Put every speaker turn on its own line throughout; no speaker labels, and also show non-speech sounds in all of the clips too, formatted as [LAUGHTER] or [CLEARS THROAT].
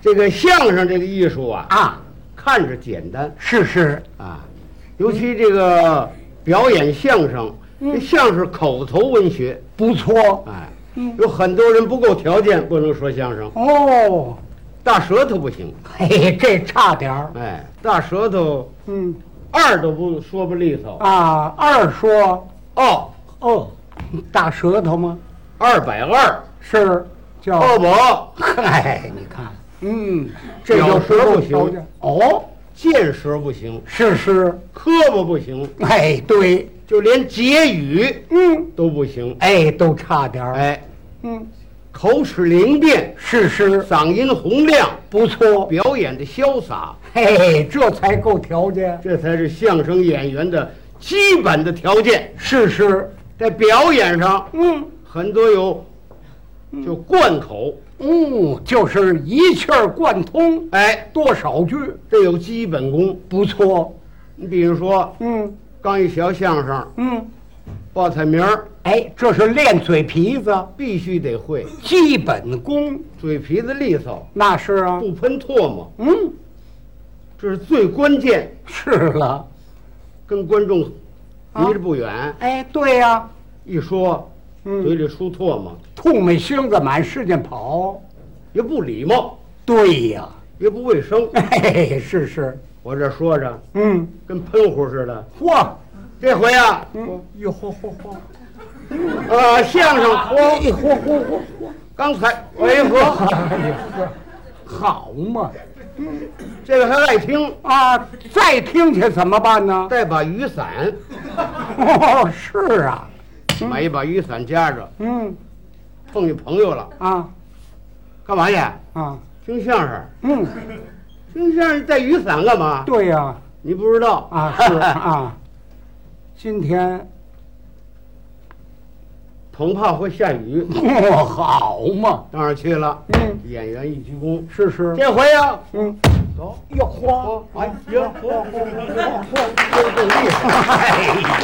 这个相声这个艺术啊，
啊，
看着简单
是是，
啊，尤其这个表演相声，这相声口头文学，
不错。
哎
嗯，
有很多人不够条件不能说相声，
哦，
大舌头不行，
嘿，这差点儿。
哎，大舌头
嗯，
二都不说不利索，
啊，二说
哦，
哦，大舌头吗？
二百二，
是，叫
哦不，哎
嗨，你看，嗯，这
咬
就
舌不
是够条
行
件。哦，
见舌不行，
是是，
磕巴不行，
哎，对，
就连结语
嗯，
都不行，
哎，都差点儿。
哎，
嗯，
口齿灵便，
是是，
嗓音洪亮，
不错。
表演的潇洒，
嘿，这才够条件。
这才是相声演员的基本的条件。
是是，
在表演上，
嗯。
很多有就贯口，
哦，就是一气儿贯通，
哎，
多少句
这有基本功。
不错。
你比如说，
嗯
刚一学相声，
嗯，
报菜名儿
哎，这是练嘴皮子，
必须得会，
基本功
嘴皮子利索，
那是啊。
不喷唾沫，
嗯，
这是最关键，
是了。
跟观众离着不远。
哎，对呀、
一说，
嗯
嘴里出唾沫，
吐沫星子满世界跑。
也不礼貌，
对呀、
也不卫生。
嘿、 [LAUGHS] 哎，是是。
我这说着，
嗯，
跟喷壶似的。
嚯，
这回啊，
嗯，哟嚯嚯嚯，
呃，相声
哎嚯
嚯，
嚯嚯嚯，
刚才哎呵，
哎呀，好嘛
这个还爱听，
啊！再听去怎么办 [LAUGHS] 呢？
带把雨伞，
哦，是啊，
买一把雨伞夹着，
嗯
碰见朋友了，
啊
干嘛去？
啊，
听相声，
嗯，
听相声带雨伞干嘛？
对呀、
你不知道
啊，是啊，今天
[LAUGHS] 恐怕会下雨，
哦好嘛，
当然去了。
嗯
演员一鞠躬，
是是，
这回啊，
嗯，
走，
哟嚯，
哎呀，嚯嚯嚯，更厉
哎
害，
呀，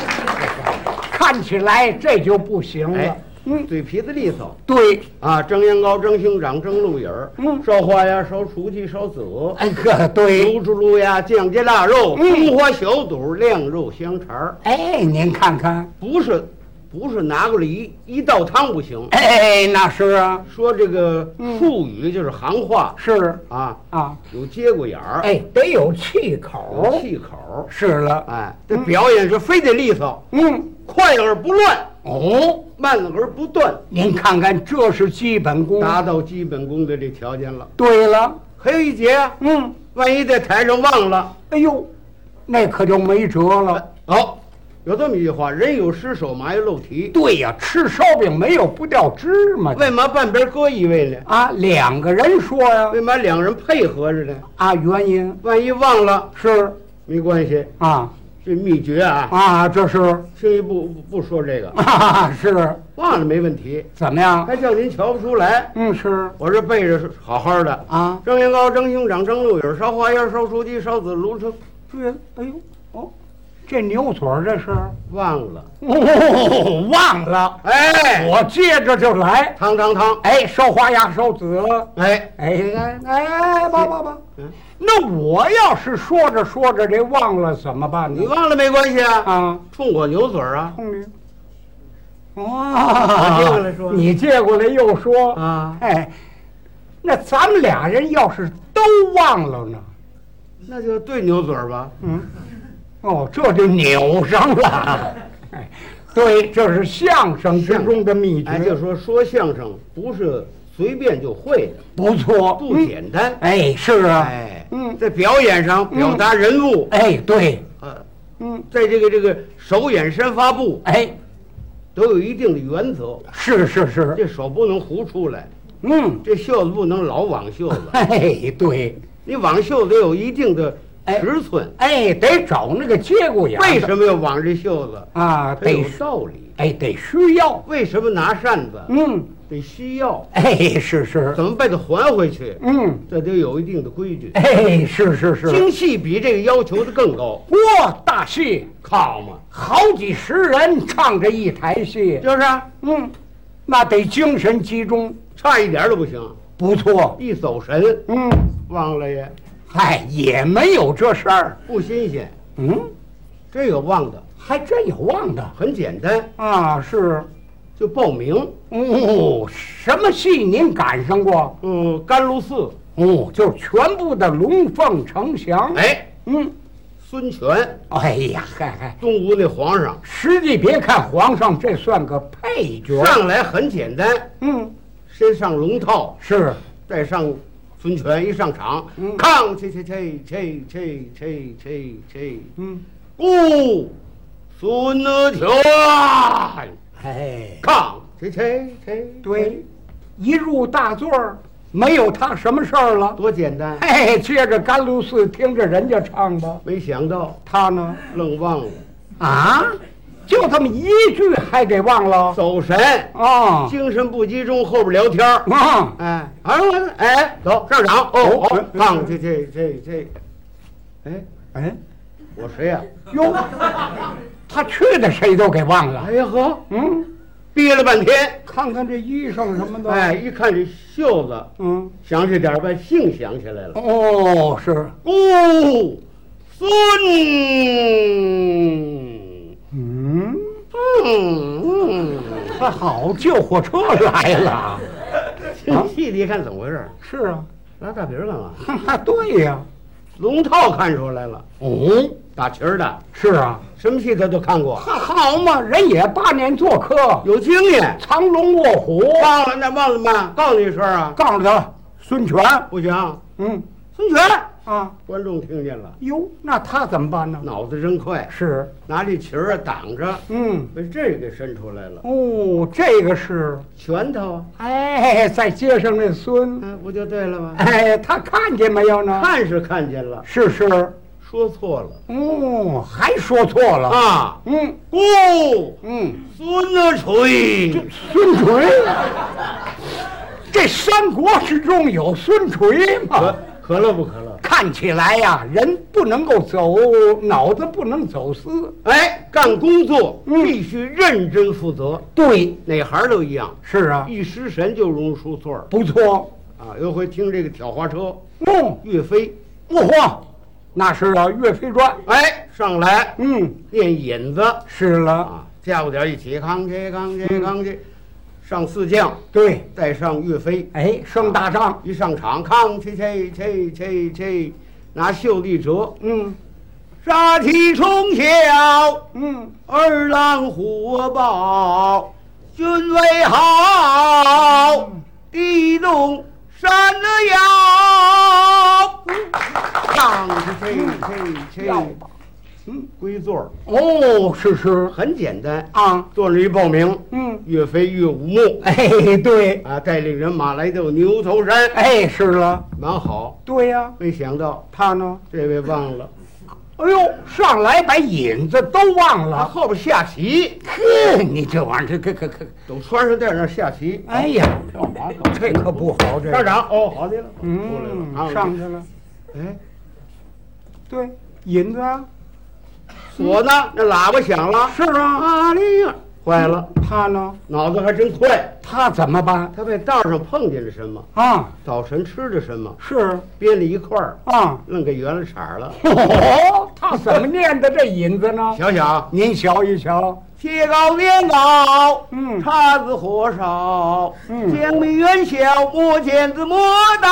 看起来这就不行了
哎，，
嗯，
嘴皮子利索。
对，
啊，蒸羊羔，蒸熊掌，蒸鹿尾儿，
嗯
烧花鸭，烧雏鸡，烧子鹅，
哎呵，对，
卤猪卤鸭，酱鸡腊肉，
嗯
葱花小肚，晾肉香肠儿，
哎，您看看，
不是，不是拿过来一一道汤不行。
哎，那是啊，
说这个
嗯
术语就是行话
是
啊，
啊，
有节骨眼儿，
哎，得有气口
有
儿，啊
气口儿，
是了，
哎，这表演是非得利索，
嗯，
快而不乱，
哦。
慢而不断，
您看看，这是基本功。
达到基本功的这条件了。
对了，
还有一节啊，
嗯，
万一在台上忘了。
哎呦，那可就没辙了。
好，有这么一句话：人有失手，马有漏蹄。
对呀、吃烧饼没有不掉芝麻的
为嘛半边搁一位呢？
啊。两个人说呀、
为嘛两人配合着呢？
啊，原因
万一忘了
是
没关系，
啊
这秘诀啊，
啊，这是 [LAUGHS]
轻易不不不说这个，
啊是
忘了没问题，
怎么样？
还叫您瞧不出来。
嗯是
我这背着是好好的，
啊，
蒸羊羔、蒸熊掌、蒸鹿尾、烧花鸭、烧雏鸡、烧子炉蒸，
对，哎呦哦，这牛嘴儿这是 [LAUGHS]
忘了。
哦忘了，
哎，
我接着就来。
汤汤汤，
哎，烧花鸭，烧子鹅。
哎，
哎哎哎，爸爸爸，
嗯，
那我要是说着说着这忘了怎么办呢
你？忘了没关系啊，
啊，
冲我牛嘴儿啊，
聪明。哇，
我接过来说
你接过来又说
啊
哎，那咱们俩人要是都忘了呢？
那就对牛嘴儿吧。
嗯，哦，这就扭上了。哎，对，这是相声之中的秘诀，
哎，就说说相声不是随便就会的，
不错，
不
嗯
简单。
哎，是啊，
哎，
嗯
在表演上表达人物，
哎，对，
呃，
嗯，
在这个这个手眼身发步
哎，
都有一定的原则，
是是是，
这手不能胡出来，
嗯。
这袖子不能老挽袖
[LAUGHS]
子，
哎，对，
你挽袖子得有一定的尺寸。
哎，得找那个节骨眼儿的。
为什么要挽这袖子？
啊？
它有
得是
道理。
哎，得需要。
为什么拿扇子？
嗯，
得需要，
哎，是是
怎，么把它还回去？
嗯，
这得有一定的规矩。
哎，是是是。
京戏比这个要求的更高。
哇，大戏，
靠嘛，
好几十人唱这一台戏，
就是啊，
嗯，那得精神集中。
差一点儿都不行。
不错。
一走神，
嗯，
忘了也
嗨，也没有这事儿。
不新鲜，
嗯，
这个忘的
还真有忘的
很简单，
啊，是。
就报名。
哦，什么戏您赶上过？
嗯，甘露寺，
哦，就是全部的龙凤呈祥。，
哎，
嗯，
孙权，
哎呀，嗨嗨，
东吴那皇上，
实际别看皇上这算个配角，
上来很简单，
嗯，
先上龙套，
是，
再上孙权，一上场
嗯，
抗切切切切切切切切，
嗯，
故孙权，
哎，
抗切切切，
对，，一入大座儿，没有他什么事儿了。
多简单，
嘿，接着甘露寺听着人家唱吧，
没想到
他呢？
愣忘了，
啊，就这么一句还给忘了
走神，
啊
精神不集中，后边聊天儿
啊！
哎，哎哎，走上场哦，
哦
好，
嗯
棒，这这这这，哎，
哎，
我谁呀、
哟，他去的谁都给忘了
哎。呀呵，
嗯，
憋了半天，
看看这衣裳什么的。
哎，，一看这袖子，
嗯，
想起点儿把姓想起来了，
哦，是，
哦，孙，
嗯，
嗯，
他好救火车来了。
这戏里看怎么回事儿？
是啊，
拉大皮儿干嘛？
哈哈， [LAUGHS] 对呀、
龙套看出来了，
哦，
打旗儿的，
是啊，
什么戏他都看过，
他好嘛，人也八年做客，
有经验。
藏龙卧虎。
忘了那忘了吗？告诉你一声啊，
告诉他，孙权，
不行，
嗯
孙权。
啊，
观众听见了，
哟，那他怎么办呢？
脑子真快，
是，
拿这旗儿啊挡着，
嗯，
把这个给伸出来了，
哦，这个是，
拳头啊，
哎，再接上那孙，
嗯，不就对了吗？
哎，他看见没有呢？
看是看见了，
是是，
说错了
哦，还说错了。
啊！
嗯
故
嗯，
孙子锤，
孙锤，这三国之中有孙锤吗
可？可乐不可乐？
看起来呀，人不能够走，脑子不能走私。
哎，干工作
嗯
必须认真负责，
对，
哪行都一样，
是啊，
一失神就容易出错儿
不错。
啊！有回听这个挑花车，
哦，
岳飞，
不嚯，那是啊，《岳飞传》。
哎，上来
嗯，
念引子。
是了，
啊，下午点儿一起扛去扛去扛去，上四将，
对，
再上岳飞，
哎，升大仗。
一上场扛去去去去去，拿袖力折，
嗯
杀气冲霄，
嗯，
二郎火爆，军威好，地动山的摇，扛去去去去
要，吧。嗯，
归座儿
哦，是是
很简单，
啊，
坐那儿一报名，
嗯，
岳飞岳武穆。
哎，对，
啊，带领人马来到牛头山，
哎，是了，
蛮好。
对呀、
没想到
他呢？
这位忘了，
哎呦，上来把引子都忘
他
了。
后边下棋
呵，你这玩意儿，这可可可，
都穿上带那下棋。
哎呀，这可不好，这
上场哦，好的了，出来
嗯
了，啊，
上去。了。
哎，
对，引子啊，
锁呢？那喇叭响了，
是啊，
啊哩呀，坏了，
他呢？
脑子还真快。
他怎么办
他在道上碰见了什么？
啊？
早晨吃的什么？
是
编了一块儿，
啊，
愣给圆了色儿了。
哦，他怎么念的这引子呢？
想啊想，
您瞧一瞧，
切糕年糕，
嗯
叉子火烧，
嗯
江米元宵，磨剪子磨刀，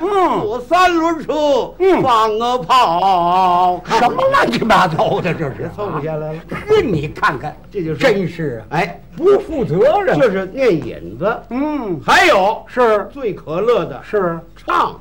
嗯，
坐三轮车，
嗯
放个炮，
什么乱七八糟的这是？
凑不下来了？
呵，你看看，
这就是
真是啊
哎，
不负责任。
这是念引子，
嗯，
还有
是
最可乐的
是，
唱，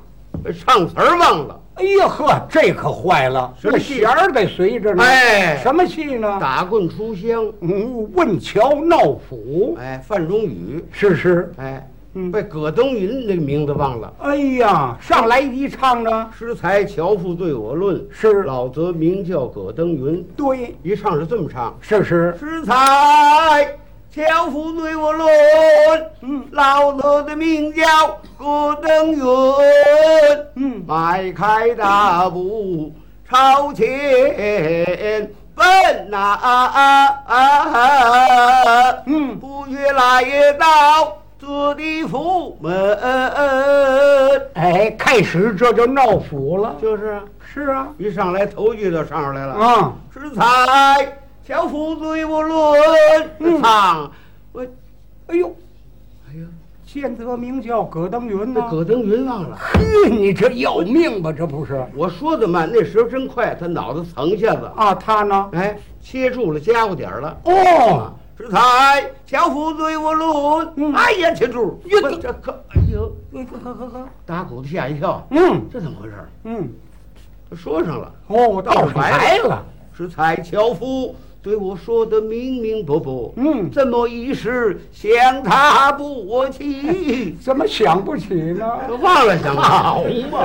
唱词儿忘了，
哎呀呵，这可坏了，
什么
这
戏
弦儿得随着呢。
哎
什么戏呢？
打棍出乡，
嗯，问桥闹府，
哎，范仲宇，
是是。
哎，
嗯
被葛登云那个名字忘了。
哎呀，上来一唱呢，
诗才樵夫对我论，
是
老则名叫葛登云。
对，
一唱是这么唱：
是是，
诗才樵夫对我论，
嗯
老头的名叫葛登云，
嗯，
迈开大步朝前奔呐、啊
嗯
不觉来到。做的福门，
哎，开始这就闹府了。
就是啊
是啊，
一上来头句就唱出来了。
啊，
吃菜，樵夫对我论，唱我，
哎呦，
哎呦，
见则名叫葛登云
那
呐、
葛登云忘了。
嘿，你这要命吧？这不是
我说的慢，那时候真快，他脑子蹭一下子，
啊？他呢？
哎，切住了家伙点儿了。啊
哦，
吃菜，樵夫对我论，
嗯
哎呀，切住！
哟
我
这
这可，哎呦，
呵呵呵呵，
打鼓的吓一跳，
嗯
这怎么回事儿？
嗯，
他说上了。
哦，倒上来了，
是才樵夫对我说的明明白白，
嗯
怎么一时想他不起？
怎么想不起呢？
忘了想好嘛，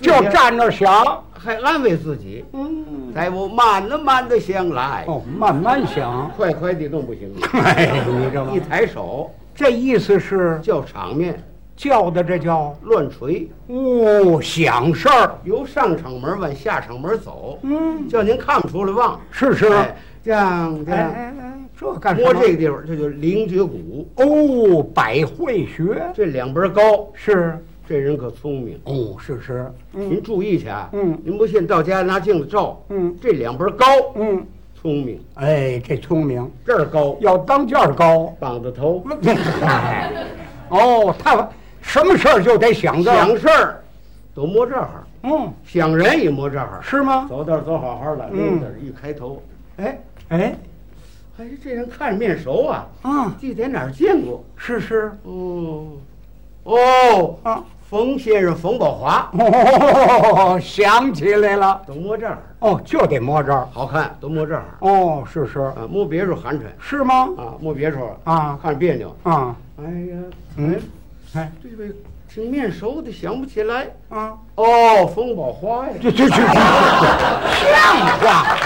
就站那儿想，
[LAUGHS] 还安慰自己，
嗯，
在我慢的慢的想来，
哦，慢慢想。
快快的弄不行，
哎， [LAUGHS] 你这
[LAUGHS] 一
玩意儿
抬手
这意思是
叫场面
叫的这叫
乱锤，
哦想事儿，
由上场门往下场门走，
嗯，
叫您看不出来忘，
是是，
哎这样这
哎
样
哎哎，这干什么？
摸这个地方，这就是灵觉骨，
哦，百会穴
这两边高，
是
这人可聪明。
哦，是是，嗯
您注意去啊，
嗯
您不信到家拿镜子照，
嗯
这两边高，
嗯，
聪明，
哎，这聪明，
这儿高，
要当件儿高。 [LAUGHS]
膀子头，
哦，他什么事儿就得想到，
想事儿都摸这儿，
嗯，
想人也摸这儿，
是吗？
走道走好好的，
嗯
溜达一开头，哎
哎，
哎，这人看着面熟啊，
啊，
记在哪儿见过？
是是，
哦哦，
[LAUGHS] 啊，
冯先生冯宝华，
哦，想起来了，
都摸这儿，
哦，就得摸这儿，
好看，都摸这儿
哦，是是，
啊，摸别处寒碜
是吗？
啊，摸别处
啊
看着别扭，
啊，
哎呀，
嗯
哎。，
哎，
这位挺面熟的，想不起来。
啊，
哦，冯宝花呀，
这这这，像
啊
话。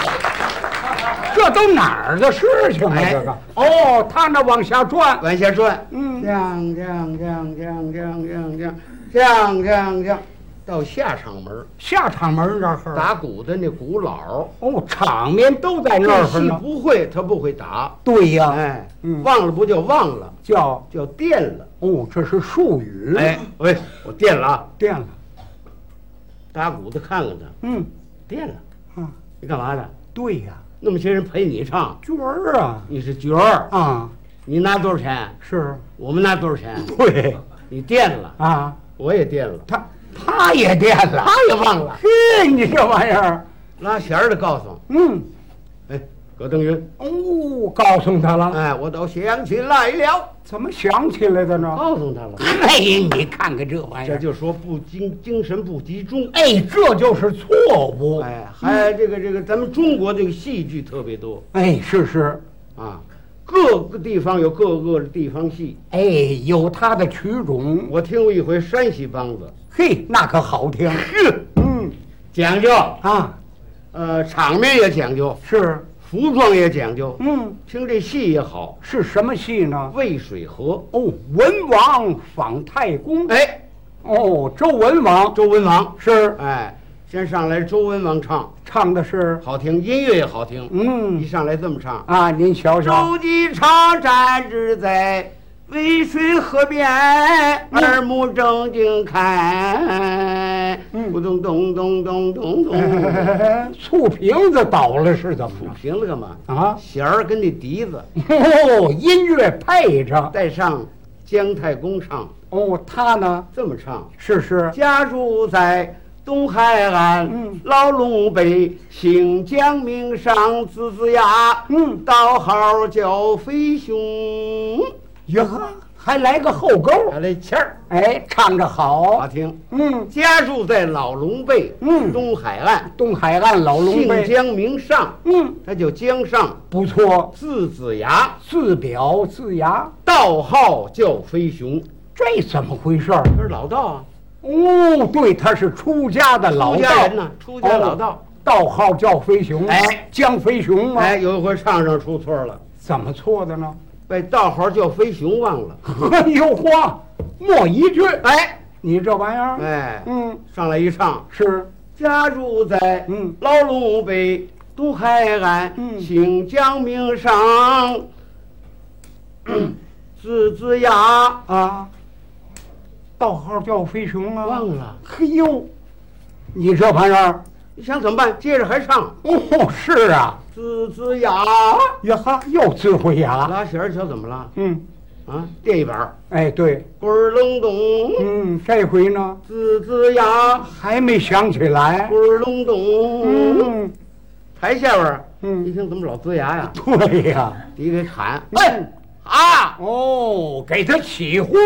这都哪儿的事情啊？
哎
这个哦，他那往下转，
往下转，
嗯
这样这样这样这样这样这样这样这样这样这样，到下场门儿，
下场门这儿，
打鼓的那鼓佬，
哦，场面都在那
这
儿
戏
呢。
不会他不会打，
对呀、
哎
嗯，
忘了不叫忘了，
叫
叫垫了。
哦，这是术语。
哎，喂，我垫了啊！
变了，
打鼓的看看他，
嗯，
垫了，
啊，
你干嘛呢？
对呀、
那么些人陪你唱，
角儿啊，
你是角儿，
啊，
你拿多少钱？ [LAUGHS]
是，
我们拿多少钱？
对，
你垫了，
啊，
我也垫了。
他他也变了，
他也忘了。
嘿，你这玩意儿，
拉弦儿的告诉我，
嗯，
哎，葛登云，
哦，告诉他了，
哎，我都想起来了，
怎么想起来的呢？
告诉他了，
哎，你看看这玩
哎这，就说不精精神不集中，
哎，这就是错误。
哎，还这个这个咱们中国这个戏剧特别多
哎，是是，
啊，各个地方有各个地方戏，
哎，有他的曲种，
我听过一回山西梆子，
嘿，那可好听。是，嗯，
讲究，
啊，
呃，场面也讲究，
是，
服装也讲究，
嗯。
听这戏也好，
是什么戏呢？
渭水河，
哦，文王访太公。
哎，
哦，周文王
周文王，
是
哎，先上来周文王唱，
唱的是，
好听，音乐也好听，一
嗯
上来这么唱。
啊，您瞧瞧，
周姬长站只在渭水河边，耳目正睛看，
嗯
咕咚咚咚咚咚咚。
[LAUGHS] 醋瓶子倒了是怎么
抚
着？
平了干嘛？
[LAUGHS] 啊，
弦儿跟那笛子，
哦，音乐配着，
带上姜太公唱，
哦，他呢
这么唱：
是是，
家住在东海岸
嗯，
老龙北，姓江名尚，字子牙，
嗯
道号叫飞熊，
呀，还来个后勾，
还来签儿，
哎，唱着
好
好，
听。
嗯，
家住在老龙背，
嗯
东海岸，
东海岸老龙
姓
背，
江名尚，
嗯，
他叫江尚，
不错，
字子牙，
自表自牙，
道号叫飞熊，
这怎么回事儿？
他是老道啊，
哦，对，他是出家的老
出
道哦
家人呐，出家老道。
道号叫飞熊，
哎，
江飞熊吗？
哎，，有一回唱上出错了，
怎么错的呢？ [LAUGHS]
被道号叫飞熊忘了。
哎呦嚯，莫一句，
哎
你这玩意儿，
哎，
嗯，
上来一唱，
是，
家住在
嗯
老龙背东海岸，
嗯
[CLEARS THROAT] 姓江名尚，子子牙，
啊，道号叫飞熊啊。
忘了。
嘿呦，你这玩意儿，
你想怎么办？接着还唱，
哦，是啊，
子子牙，
呀哈，又智慧呀。
拉弦儿，瞧怎么拉
嗯，
啊？垫一板儿，
哎，对，
滚儿隆咚，
嗯，这回呢
子子牙，
还没想起来。
滚儿隆咚。
嗯，
台下边儿，
嗯
一听怎么老呲牙呀？
对呀、
你给喊，
哎，
啊！
哦，给他起哄，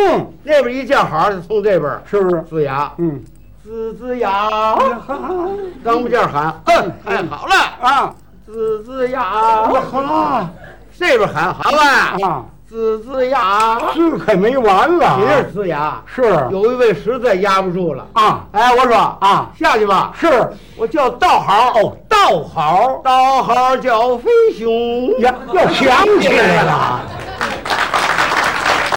那边一叫好，就从这边儿
是不是？
呲牙，
嗯，
呲呲牙，刚不叫喊，
嗯
太好了，
啊，
呲呲
啊
牙，
哈
这边喊好了，
啊，
呲呲牙，
这可没完了
你这
啊
是，呲牙，
是
有一位实在压不住了，
啊
哎，我说
啊
下去吧，
是
我叫道豪，
哦，道好
道豪叫飞熊，
呀，又想起来了，